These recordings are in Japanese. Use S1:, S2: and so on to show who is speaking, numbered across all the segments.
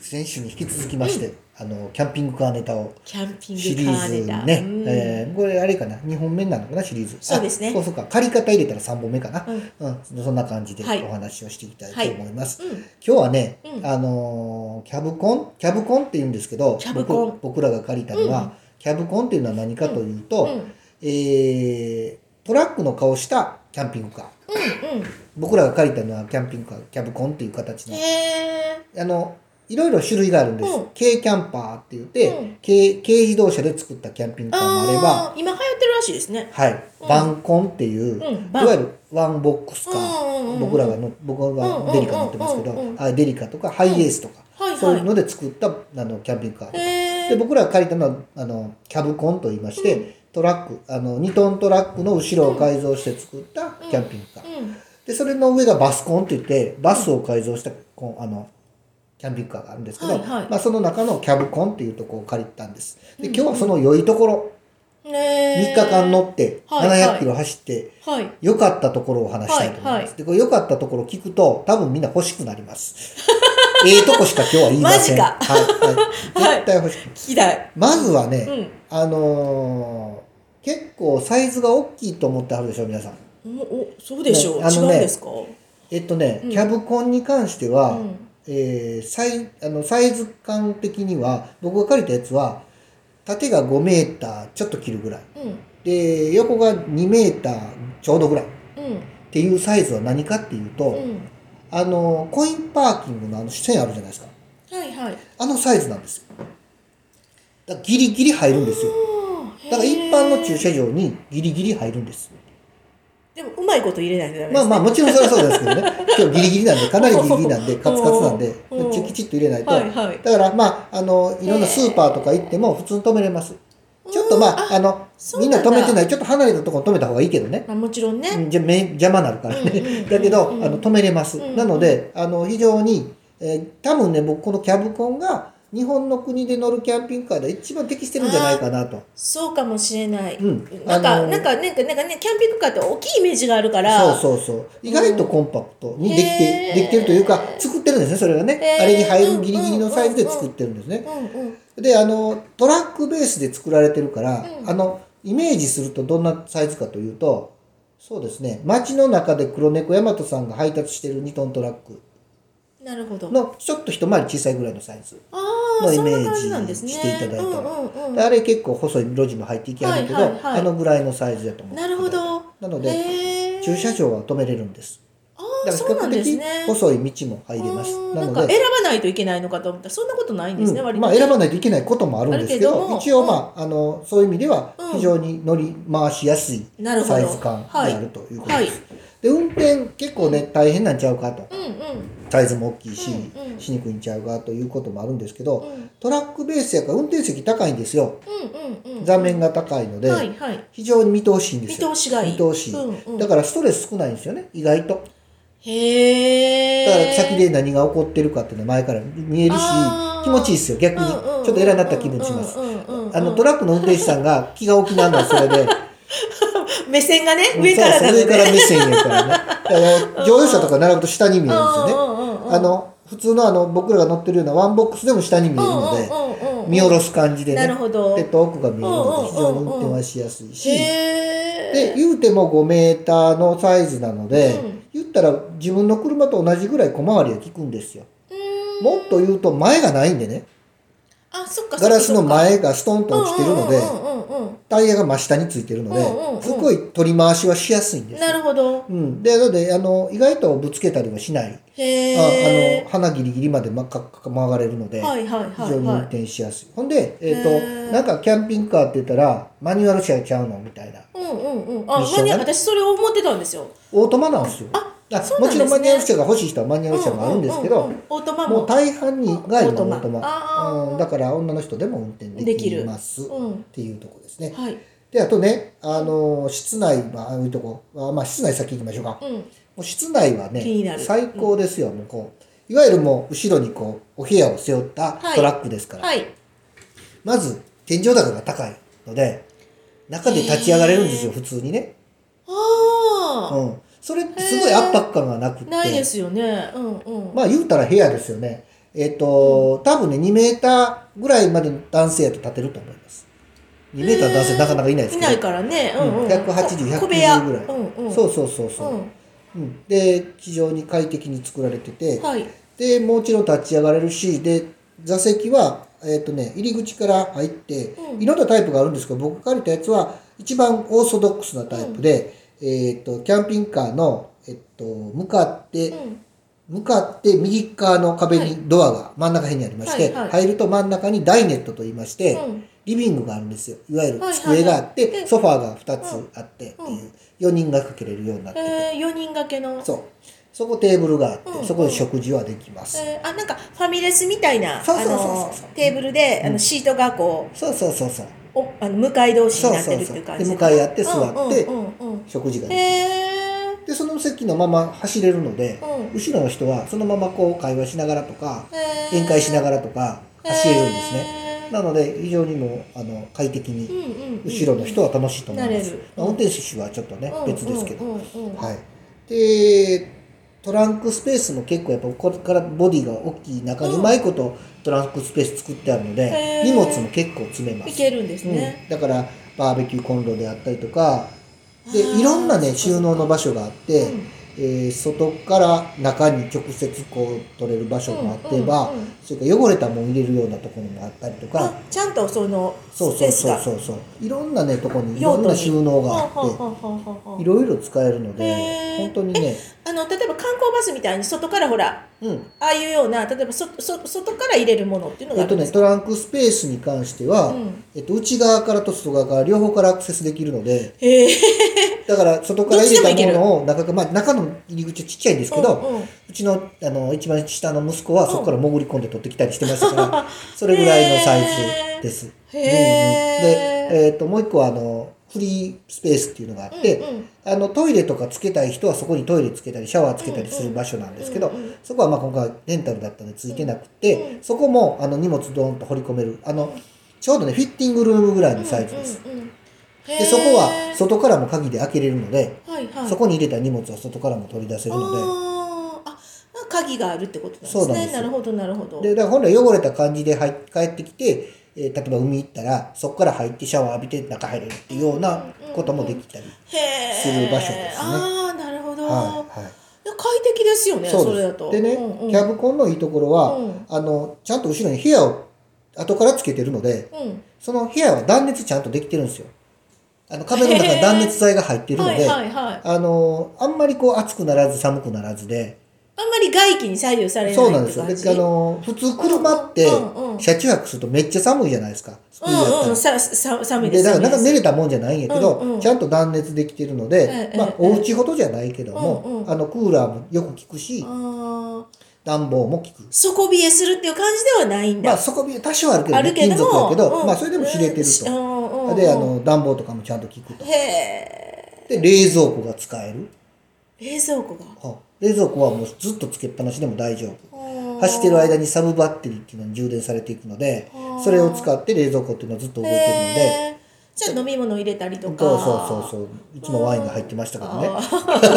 S1: 先週に引き続きまして、あのキャンピングカーネタを
S2: キャンピ
S1: シ
S2: ング
S1: リ
S2: カー
S1: ー
S2: ネ
S1: ズ
S2: タ。
S1: ね、
S2: うん
S1: えーこれあれかな2本目なのかなシリーズ
S2: そうですね
S1: あそうそうか借り方入れたら3本目かな、
S2: うん
S1: うんそんな感じで
S2: はい
S1: お話をしていきたいと思います、
S2: うん
S1: 今日はね、
S2: うん
S1: あのーキャブコンキャブコンって言うんですけど
S2: キャブコン
S1: 僕僕らが借りたのは、
S2: うん
S1: キャブコンっていうのは何かというと、
S2: うんうん
S1: えートラックの顔したキャンピングカー僕らが借りたのはキャンピングカーキャブコンっていう形
S2: うん。
S1: の
S2: へ
S1: あのいろいろ種類があるんです、
S2: うん
S1: 軽キャンパーって言って、
S2: うん
S1: 軽軽自動車で作ったキャンピン
S2: ー
S1: グカーもあれば
S2: あー今流行ってるらしいですね。
S1: はい、
S2: うん
S1: バンコンっていう、
S2: うん
S1: い
S2: バン
S1: わゆるワンボックスカー、
S2: うんうんうんうん
S1: 僕らがの僕はデリカ乗ってますけど、
S2: うんうんうんうん
S1: あデリカとかハイエースとか、
S2: はいはい
S1: そういうので作ったあのキャンピングカーとか、
S2: へ
S1: で
S2: ー
S1: 僕らが借りたのはあのキャブコンと言いまして、トラックあの2トントラックの後ろを改造して作ったキャンピングカー、
S2: うん。
S1: でそれの上がバスコンって言ってバスを改造したこうあのキャンピングカーがあるんですけど、
S2: はいはい
S1: まあ、その中のキャブコンっていうとこを借りたんですで今日はその良いところ、3
S2: ね
S1: 日間乗って
S2: はいはい
S1: 700キロ走って、
S2: はい。
S1: 良かったところを話したいと思います。
S2: はいはい
S1: で、これ良かったところ聞くと、多分みんな欲しくなります。 ええとこしか今日は言いません。
S2: マ
S1: はい、 はい。絶対欲しく、
S2: 聞きたい。
S1: まずはね、
S2: うん。
S1: あのー結構サイズが大きいと思ってはるでしょ、皆さん。
S2: おおそうでしょう。
S1: ねあ
S2: 違
S1: の
S2: う
S1: ね
S2: んですか。
S1: えっとね、
S2: うん
S1: キャブコンに関しては、
S2: うん
S1: えーサイあのサイズ感的には、僕が借りたやつは、縦が5メーターちょっと切るぐらい。
S2: うん
S1: で、横が2メーターちょうどぐらい。っ
S2: うん
S1: ていうサイズは何かっていうと、
S2: うん。
S1: あのコインパーキングのあの線あるじゃないですか
S2: はいはい。
S1: あのサイズなんですよだからギリギリ入るんですよ
S2: あー
S1: だから一般の駐
S2: へー
S1: 車場にギリギリ入るんです
S2: でもうまいこと入れないとダメで
S1: ますあ
S2: ね。
S1: まあもちろんそれはそうですけどね今日ギリギリなんでかなりギリギリなんでカツカツなんで
S2: おーおー
S1: きちっと入れないと、
S2: はいはい。
S1: だからまああのいろんなスーパーとか行っても普通に止めれますちょっとまああの
S2: そう
S1: みん
S2: な
S1: なん
S2: だ
S1: 止めてないちょっと離れたところに止めた方がいいけどね
S2: まあもちろんね。
S1: うんじゃめ邪魔なるから
S2: うんうんう
S1: ね
S2: ん。
S1: だけど、
S2: うん
S1: あの止めれます。
S2: うんうん
S1: なので、あの非常に、えー多分ね、僕このキャブコンが日本の国で乗るキャンピングカーで一番適してるんじゃないかなと。
S2: そうかもしれない。
S1: うん
S2: なんか、
S1: あのー
S2: なんか、なんか、なんかね、キャンピングカーって大きいイメージがあるから。
S1: そうそうそう。意外とコンパクトにできて
S2: へ、ー
S1: できてるというか、作ってるんですね、それがね。
S2: へー
S1: あれに入るギリギリのサイズで作ってるんですね。
S2: うんうん。
S1: で、あのトラックベースで作られてるから、
S2: うん
S1: あのイメージするとどんなサイズかというと、そうですね。街の中で黒猫大和さんが配達してる2トントラック
S2: なるほど。
S1: のちょっと一回り小さいぐらいのサイズ。
S2: ああ、
S1: のイ
S2: そん
S1: メ
S2: な感じなん
S1: ー
S2: で
S1: ジ
S2: すね。
S1: していただいたら、
S2: うんうんうん。
S1: あれ結構細い路地も入っていきあるけど、
S2: はいはいはい
S1: あのぐらいのサイズだと思う
S2: なるほど。
S1: なので
S2: へー
S1: 駐車場は止めれるんです
S2: ああ、
S1: だか
S2: そう
S1: ら
S2: なん
S1: 比
S2: です
S1: 較
S2: ね。
S1: 的細い道も入れます
S2: あー
S1: な
S2: なん
S1: の
S2: か
S1: で
S2: 選ばないといけないのかと思ったら、そんなことないんですね、
S1: うん
S2: 割と。
S1: まあ、選ばないといけないこともあるんですけ
S2: あるけど
S1: ど
S2: も
S1: 一応まああのそういう意味では
S2: うん
S1: 非常に乗り回しやすい
S2: なるほど
S1: サイズ感であるということです、で運転結構ね大変なんちゃうかと
S2: うん
S1: サイズも大きいし、
S2: うんうん
S1: しにくいんちゃうかということもあるんですけど、
S2: うん。うん
S1: トラックベースやから運転席高いんですよ
S2: うんうんうん。
S1: 座面が高いので、
S2: はいはい。
S1: 非常に見通しいんで
S2: 見
S1: すよ
S2: 通しがいい。
S1: 見通しいい
S2: うんうん、
S1: だからストレス少ないんですよね意外と
S2: へえ。
S1: だから先で何が起こってるかっていうのは前から見えるし
S2: あー
S1: 気持ちいいですよ逆にち
S2: うんうん
S1: ょっと偉いなった気分します
S2: うんうんうんうんうん
S1: あのトラックの運転手さんが気が起きなんのはそれで
S2: 目線がね、上から
S1: そ
S2: な
S1: う
S2: の
S1: そう
S2: で。
S1: 上から目線や からねだから乗用車とか並ぶと下に見えるんですよねあ
S2: あ、
S1: の普通のあの僕らが乗ってるようなワンボックスでも下に見えるので
S2: で
S1: 見下ろ
S2: す
S1: す感じで
S2: な
S1: ね
S2: るほど。
S1: で遠くが見えるので非常に運転はしやすいしで言うても5メーターのサイズなので、
S2: うん
S1: 言ったら自分の車と同じぐらい小回りが効くんですよ。もっと言うと前がないんでね
S2: あ、そっか。
S1: ガラスの前がストンと落ちてるので
S2: うんうんうん
S1: タイヤが真下についてるので、
S2: うんうんうん
S1: すごい取り回しはしやすいん
S2: う
S1: で
S2: ん
S1: すよ
S2: なるほど。
S1: うん、でなのであの意外とぶつけたりはしない、
S2: へ
S1: ああ
S2: え。
S1: の鼻ギリギリまでまかか曲がれるので、
S2: はいはい
S1: 非
S2: は
S1: 常に
S2: い
S1: 運
S2: は
S1: 転しやすい、ほんで、えっ
S2: へ
S1: と
S2: ー。
S1: なんかキャンピングカーって言ったらマニュアル車ちゃうのみたいない
S2: うんうんうん。あ、
S1: 一緒
S2: マ
S1: ね
S2: ニア、私それを思ってたんですよ。
S1: オートマなんですよ
S2: あ
S1: あ
S2: そう
S1: も
S2: なん
S1: ち
S2: ですね
S1: ろんマニュアル車が欲しい人はマニュアル車もあるんですけど、
S2: ううううんオートマ
S1: もう
S2: も。
S1: 大半にが今オ
S2: オートマ
S1: ートマ
S2: あー
S1: うん、だから女の人でも運転で
S2: で
S1: き
S2: きる
S1: ますっ
S2: うん。
S1: ていうとこですね
S2: はい。
S1: であとねあのー室内まあああいうとこあまあ室内先行きましょうかも
S2: うん。
S1: う室内は
S2: 気にな
S1: ね
S2: る
S1: 最高ですよ、もうこういわゆるもう後ろにこうお部屋を背負った
S2: はい
S1: トラックですから、
S2: はい。
S1: まず天井高が高いので中で立ち上がれるんですよ
S2: へ
S1: 普通にね、
S2: あ
S1: うん、それってすごい圧迫感がなくっ
S2: あ。
S1: て
S2: ないですよね。うんうん。
S1: まあ言うたら部屋ですよね。えっ、と、多分ね、2メーターぐらいまでの男性やと立てると思います。2メーターの男性なかなかいないです
S2: い
S1: けど。
S2: ないからね。うんうん。
S1: 180
S2: 小部屋
S1: 190ぐらい
S2: うんうん。
S1: そうそうそうそう。
S2: う
S1: うん、で、非常に快適に作られてて
S2: ん。、はい。
S1: で、もちろん立ち上がれるし、で、座席は、えっ、とね、入り口から入って、
S2: うん
S1: いろんなタイプがあるんですけど、僕が借りたやつは、一番オーソドックスなタイプで、えっ、と、キャンピングカーの、えっ、と、向かって、
S2: うん。
S1: 向かって右側の壁
S2: はい
S1: にドアが真ん中辺にありまして、
S2: はいはい
S1: 入ると真ん中にダイネットと言いまして、
S2: うん
S1: リビングがあるんですよいわゆる
S2: はいはい
S1: 机があって、
S2: で
S1: ソファーが2つあってっていう、4人がかけれるようになってて、
S2: えー、4人掛けの。
S1: そうそこテーブルがあって、
S2: うん
S1: そこで食事はできます、
S2: えーあなんかファミレスみたいなあ
S1: そうそうそうそう
S2: のテーブルで、あ
S1: う
S2: の
S1: ん
S2: シートがこ
S1: そうそうそうそう
S2: うおあの向かい同士
S1: そ
S2: に
S1: う
S2: なっ
S1: そ
S2: て
S1: う
S2: るって
S1: そ
S2: いう
S1: う
S2: 感
S1: で
S2: じ
S1: 向かい合って座
S2: うん
S1: って
S2: うんうんうん
S1: 食事ができる、
S2: へー
S1: でその席のまま走れるので、
S2: うん
S1: 後ろの人はそのままこう会話しながらとか
S2: へー
S1: 宴会しながらとか走れるんですね、
S2: へー
S1: なので非常にもうあの快適に、
S2: うんうんうん
S1: 後ろの人は楽しいと思いま
S2: 慣
S1: す
S2: れる。
S1: まあ運転手はちょっとね、別ですけ
S2: う
S1: ど。
S2: んうんうん
S1: はい。で、トランクスペースも結構やっぱこれからボディが大きい中に
S2: うん
S1: うまいことトランクスペース作ってあるの
S2: へ
S1: で
S2: ー、
S1: 荷物も結構詰めま
S2: い
S1: す。
S2: けるんですね、
S1: うん、だからバーベキューコンロであったりとか、で
S2: あー
S1: いろんなね
S2: そっかそっか
S1: 収納の場所があって、
S2: うん
S1: えー外から中に直接こう取れる場所もあってば、
S2: うんうんうん
S1: それから汚れたもん入れるようなところもあったりとか、
S2: あちゃんとその
S1: そう
S2: ス
S1: そ
S2: ペー
S1: う
S2: ス
S1: そう
S2: が
S1: そうそういろんなねとこにい
S2: 用
S1: ろん
S2: 途
S1: な
S2: に
S1: 収納があ
S2: ほう
S1: っ
S2: ほうほうほうほう
S1: ていろいろ使えるの
S2: へー
S1: で本当にね
S2: あの例えば観光バスみたいに外からほら
S1: うん
S2: ああいうような例えばそそ外から入れるものっていうのが
S1: え
S2: あ
S1: っと
S2: るんで
S1: ね
S2: す
S1: トランクスペースに関しては、
S2: うん
S1: えっと、内側からと外側から両方からアクセスできるので
S2: か、へえ
S1: だから外から入
S2: どっちでもい
S1: れ
S2: け
S1: た
S2: る
S1: ものを中か、まあ、中の入り口はちっちゃいんですけど、
S2: うんうん
S1: うちのあの一番下の息子はそこから潜り込んで取ってきたりしてましたから、 それぐらいのサイズです。
S2: へー
S1: うんうんで、えっともう一個はあのフリースペースっていうのがあって、
S2: うんうん
S1: あのトイレとかつけたい人はそこにトイレつけたりシャワーつけたりする場所なんですけど、
S2: うんうん
S1: そこはまあ今回レンタルだったのでついてなくて、
S2: うん
S1: そこもあの荷物ドーンと掘り込めるあのちょうどねフィッティングルームぐらいのサイズです。
S2: うんうんうん
S1: でそこは外からも鍵で開けれるので、
S2: へーはいはい、
S1: そこに入れた荷物は外からも取り出せるので。
S2: あーああ鍵があるってことなんですね
S1: そうなんですよ
S2: るほどなるほど
S1: でだから本来汚れた感じで入っ帰ってきて、えー例えば海行ったらそこから入ってシャワー浴びて中入れるっていうようなこともできたり、
S2: へー
S1: する場所ですね
S2: ああなるほど、
S1: はいはい
S2: いや快適ですよねそ
S1: そう
S2: れ
S1: で
S2: だ
S1: す
S2: と
S1: でね、
S2: うんうん
S1: キャブコンのいいところは、
S2: うん
S1: あのちゃんと後ろに部屋を後からつけてるので
S2: うん
S1: その部屋は断熱ちゃんとできてるんですよあの壁の中に断熱材が入ってるの
S2: は
S1: で、
S2: いはいはい
S1: あのあんまりこう暑くならず寒くならずで
S2: あんまり外気に左右されない
S1: そうなんですよ
S2: って感じ
S1: であの普通車って
S2: うんうんうん
S1: 車中泊するとめっちゃ寒いじゃないですか冬やったら
S2: うんうんささ寒いで
S1: ですだからなんか
S2: 寒い
S1: 寝
S2: で
S1: れたもんじゃないんやけど、
S2: うんうん
S1: ちゃんと断熱できてるので、
S2: ええ
S1: ま
S2: え
S1: あ
S2: え
S1: お家ほどじゃないけども、
S2: うんうん
S1: あのクーラーもよく効くし、
S2: すああ
S1: 暖房も効く。
S2: 底冷えするっていう感じではないんだ、
S1: まあそこ多少あるけど,、
S2: あ
S1: ね、
S2: るけど
S1: 金属やけど、
S2: うん
S1: まあそれでも知れてる
S2: う
S1: と。
S2: んうんうん
S1: であの暖房とかもちゃんと効くと。
S2: へえ
S1: で冷蔵庫が使える。
S2: 冷蔵庫が
S1: うん冷蔵庫はもうずっとつけっぱなしでも大丈夫。走
S2: 走
S1: ってる間にサブバッテリーっていうのに充電されていくので
S2: あー
S1: それを使って冷蔵庫っていうのはずっと動いてるので。
S2: へーじゃあ飲み物入れたりとか
S1: そうそうそうそういつもワインが入ってましたからね。
S2: あ
S1: はい
S2: ー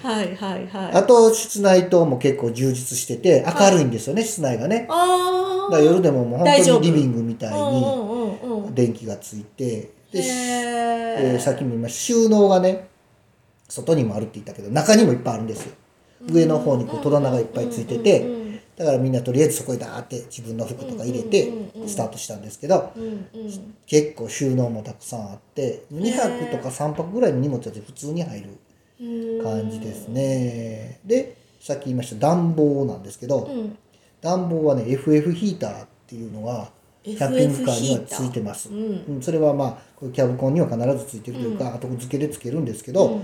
S2: はいはいはい
S1: あと、室内灯も結構充実してて、明るいんですよね、室内がね。
S2: あ
S1: だか
S2: ー
S1: ら夜でももう
S2: 大
S1: 本
S2: 丈
S1: 当
S2: 夫
S1: にリビングみたいに
S2: うんうんうんうん
S1: 電気がついて、で、
S2: へ
S1: えーさっきも言いました、収納がね、外にもあるって言ったけど、中にもいっぱいあるんですよ。上の方にこう戸棚がいっぱいついて
S2: うんう
S1: て、
S2: ん
S1: だからみんなとりあえずそこにダーって自分の服とか入れ
S2: う
S1: て
S2: んうんうんうん
S1: スタートしたんですけど、
S2: うんうん
S1: 結構収納もたくさんあって、2泊とか3泊ぐらいの荷物って普通に入る。
S2: うん
S1: 感じですね。で、さっき言いました暖房なんですけど、
S2: うん
S1: 暖房はね、FF ヒーターっていうのが、キャンピングカーにはついてます。
S2: FF ヒーター
S1: うんそれはまあ、こういうキャブコンには必ずついてるというか、後付けでつけるんですけど、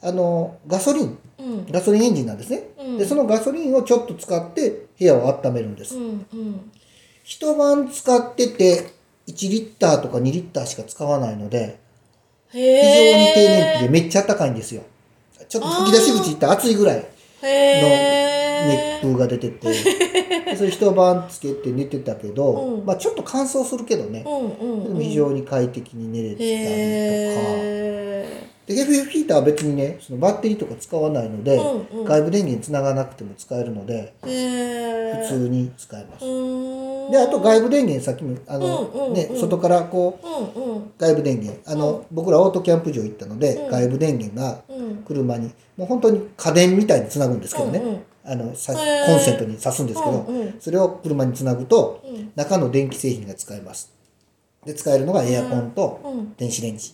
S1: あの、ガソリン、
S2: うん
S1: ガソリンエンジンなんですね。
S2: うん
S1: で、そのガソリンをちょっと使って部屋を温めるんです。
S2: うんうん
S1: 一晩使ってて、1リッターとか2リッターしか使わないので、非常に低燃費で
S2: へえ
S1: めっちゃ高いんですよ。ちょっと吹き出し口行ったら熱いぐらい。熱
S2: へえ
S1: 風が出ててそれ一晩つけて寝てたけど、
S2: うん
S1: まあちょっと乾燥するけどね、
S2: うんうん
S1: で
S2: う
S1: も
S2: ん
S1: 非常に快適に寝れたりとか
S2: へ
S1: で
S2: え
S1: FF ヒーターは別にねそのバッテリーとか使わないので、
S2: うんうん
S1: 外部電源つながなくても使えるので
S2: へ
S1: 普
S2: ー
S1: 通に使えます、
S2: うーん
S1: であと外部電源さっきもあの、
S2: うんうんうん
S1: ね外からこう
S2: うんうん
S1: 外部電源あの、僕らオートキャンプ場行ったので、
S2: うん
S1: 外部電源が
S2: うん
S1: 車にもう本当に家電みたいにつなぐんですけどね、
S2: うんうん
S1: あのさ
S2: へー
S1: コンセントに挿すんですけど、
S2: うんうん
S1: それを車につなぐと
S2: うん
S1: 中の電気製品が使えますで使えるのがエアコンと
S2: うん
S1: 電子レンジ、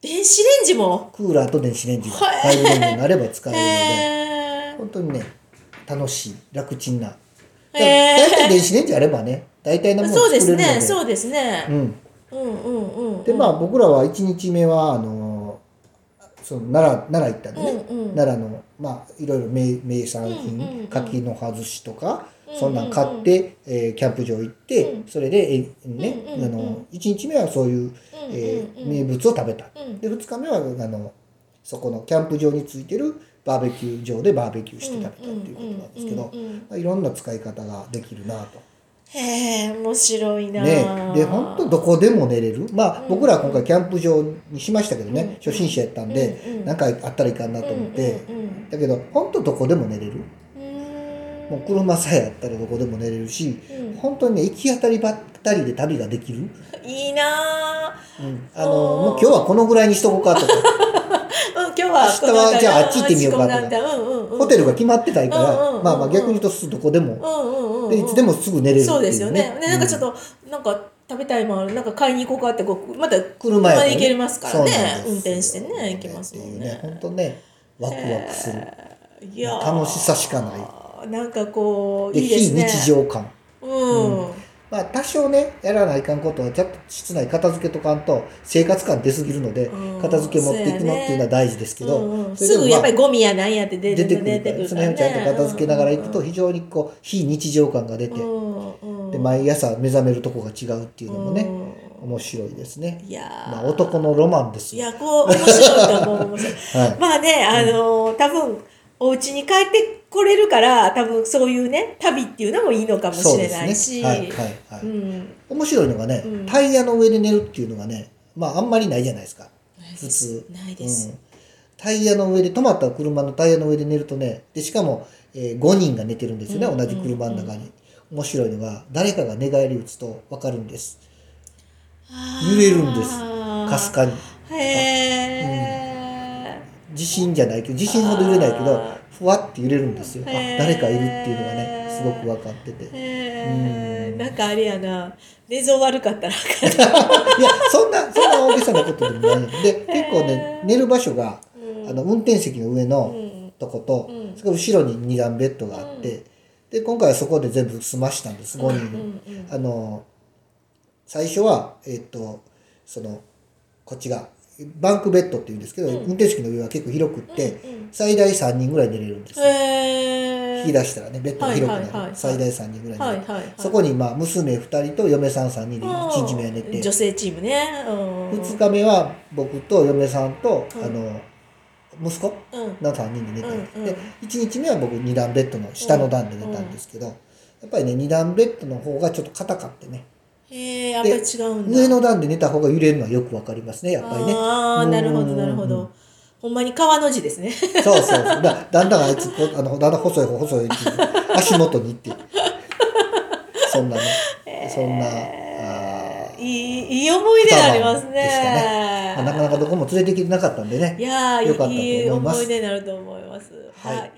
S2: 電子レンジも
S1: クーラーと電子レンジが外部電源があれば使えるので
S2: へー
S1: 本当にね楽しい楽ちんなだから
S2: へ
S1: 大
S2: ー
S1: 体電子レンジあればね大体のもの
S2: そう
S1: 作
S2: で
S1: れる
S2: す
S1: ので
S2: ねそうですね
S1: うん、
S2: うんうんうんうん
S1: でまあ僕らは1日目はあのその奈良奈良行ったんでね、
S2: うんうん
S1: 奈良のまあいろいろ名名産
S2: うんうんう
S1: 品
S2: ん
S1: 柿の葉寿司とか、
S2: うんうん
S1: そんなん買って、えーキャンプ場行って、
S2: うん
S1: それでえね、
S2: うんうんうん
S1: あの1日目はそういう、えー
S2: うんうんうん
S1: 名物を食べた、
S2: うん
S1: で2日目はあのそこのキャンプ場についてるバーベキュー場でバーベキューして食べたっていうことなんですけど、
S2: うんうんうんうん
S1: まあいろんな使い方ができるなと。
S2: へえ面白いなあ
S1: ね、で本当どこでも寝れるまあ、
S2: うん
S1: 僕らは今回キャンプ場にしましたけどね、
S2: うん
S1: 初心者やったんで、
S2: うんうん
S1: なんかあったらいかんなと思って、
S2: うんうん
S1: だけど本当どこでも寝れる
S2: う
S1: も
S2: ん
S1: う車さえあったらどこでも寝れるし、
S2: うん
S1: 本当にね行き当たりばったりで旅ができる、
S2: いいなあ
S1: うんあの
S2: おー
S1: もう今日はこのぐらいにしとこうかとか明
S2: うん今日は
S1: 日は
S2: この辺
S1: じゃああっち行ってみようかとか
S2: あっちこの辺だうんうんうん
S1: ホテルが決まってないから、
S2: うんうんうん
S1: まあまあ逆に言うとすぐどこでも、
S2: うんうんうんうん
S1: でいつでもすぐ寝れるっていう、ね、
S2: そうですよね。ねなんかちょっ
S1: う
S2: と、なんか食べたいものなんか買いに行こうかってこうまた
S1: 車やからね
S2: 行けますからね
S1: そうなんですよ
S2: 運転してね行けますもんね
S1: っていう本当ねワクワクする、
S2: いやー
S1: 楽しさしかな
S2: なんかこう
S1: で
S2: いいですね。
S1: 非日常感
S2: うん。
S1: まあ、多少ねやらないかんことはちょっと室内片付けとかんと生活感出すぎるので
S2: うん
S1: 片付け持っていくの
S2: そうや
S1: っ
S2: ね
S1: ていうのは大事ですけど、
S2: うんうん
S1: それですも
S2: ぐやっぱりゴミやなんやって出
S1: 出て
S2: て
S1: く
S2: く
S1: る
S2: る
S1: か
S2: からら
S1: その辺をちゃんと片付けながら行くと
S2: ね
S1: 非常にこう非日常感が出て、
S2: うんうん
S1: で毎朝目覚めるとこが違うっていうのもね、
S2: う
S1: 面白いですね
S2: ん。いやー
S1: まあ、男のロマンです
S2: い
S1: よ。
S2: やこう面白いと思う面白い。
S1: はい
S2: まあね、あのー多分お家に帰ってこれるから多分そういうね旅っていうのもいいのかも
S1: そ
S2: し
S1: うで
S2: れ
S1: す
S2: ない
S1: ね。
S2: し。
S1: はいはいはい。
S2: うん
S1: 面白いのがね、
S2: うん
S1: タイヤの上で寝るっていうのがね、まああんまりないじゃないですか。普通
S2: ないです。
S1: うんタイヤの上で止まった車のタイヤの上で寝るとねでしかも、え5人が寝てるんですよね、
S2: うん
S1: 同じ車の中に、面白いのが誰かが寝返り打つと分かるんです揺れるんですかすかに
S2: に。へ
S1: 地震じゃないけど地震ほど揺れないけど
S2: あ
S1: ふわって揺れるんですよあ
S2: へー
S1: 誰かいるっていうのがねすごく分かっててう
S2: え。へえ。
S1: ん
S2: なんかあれやな寝相悪かったらあかん。
S1: いやそんなそんな大げさなことでもないで結構ね寝る場所が
S2: うん
S1: あの運転席の上の、
S2: うん
S1: とこと、
S2: うん
S1: それから後ろに2段ベッドがあって、で今回はそこで全部済ましたんです5人、
S2: うんうん
S1: あの最初はえっ、とそのこっちがバンクベッドっていうんですけど、
S2: うん
S1: 運転席の上は結構広くって、
S2: うんうん
S1: 最大3人ぐらい寝れるんですよ、
S2: へえ。
S1: 引き出したらねベッドが広くなる、
S2: はいはいはいはい
S1: 最大3人ぐらい寝
S2: は
S1: れ
S2: い
S1: る、
S2: はいはい。
S1: そこにまあ娘2人と嫁さん3人で1日目は寝
S2: う
S1: て
S2: ん女性チームね。うん
S1: 2日目は僕と嫁さんと、
S2: うん
S1: あの息子
S2: うん。
S1: の3人で寝て、
S2: うんうん
S1: で1日目は僕2段ベッドの下の段で寝たんですけど、やっぱりね2段ベッドの方がちょっと硬かってね
S2: へえ、やっぱり違うんだ。
S1: 上の段で寝た方が揺れるのはよくわかりますねやっぱりね
S2: ああ、なるほ
S1: う
S2: ど、
S1: ん
S2: なるほど。ほんまに川の字ですね。
S1: そうそうそうだだんだんあいつこうあのだんだん細い方細い方足元にってそんなね、そんなあ
S2: いい、いい思い出があります
S1: 二晩でした
S2: ね
S1: ー、まあ、。なかなかどこも連れてきてなかったんでね
S2: いやー
S1: よかったと思い
S2: いい
S1: ます
S2: 思い出になると思います。
S1: はい
S2: はい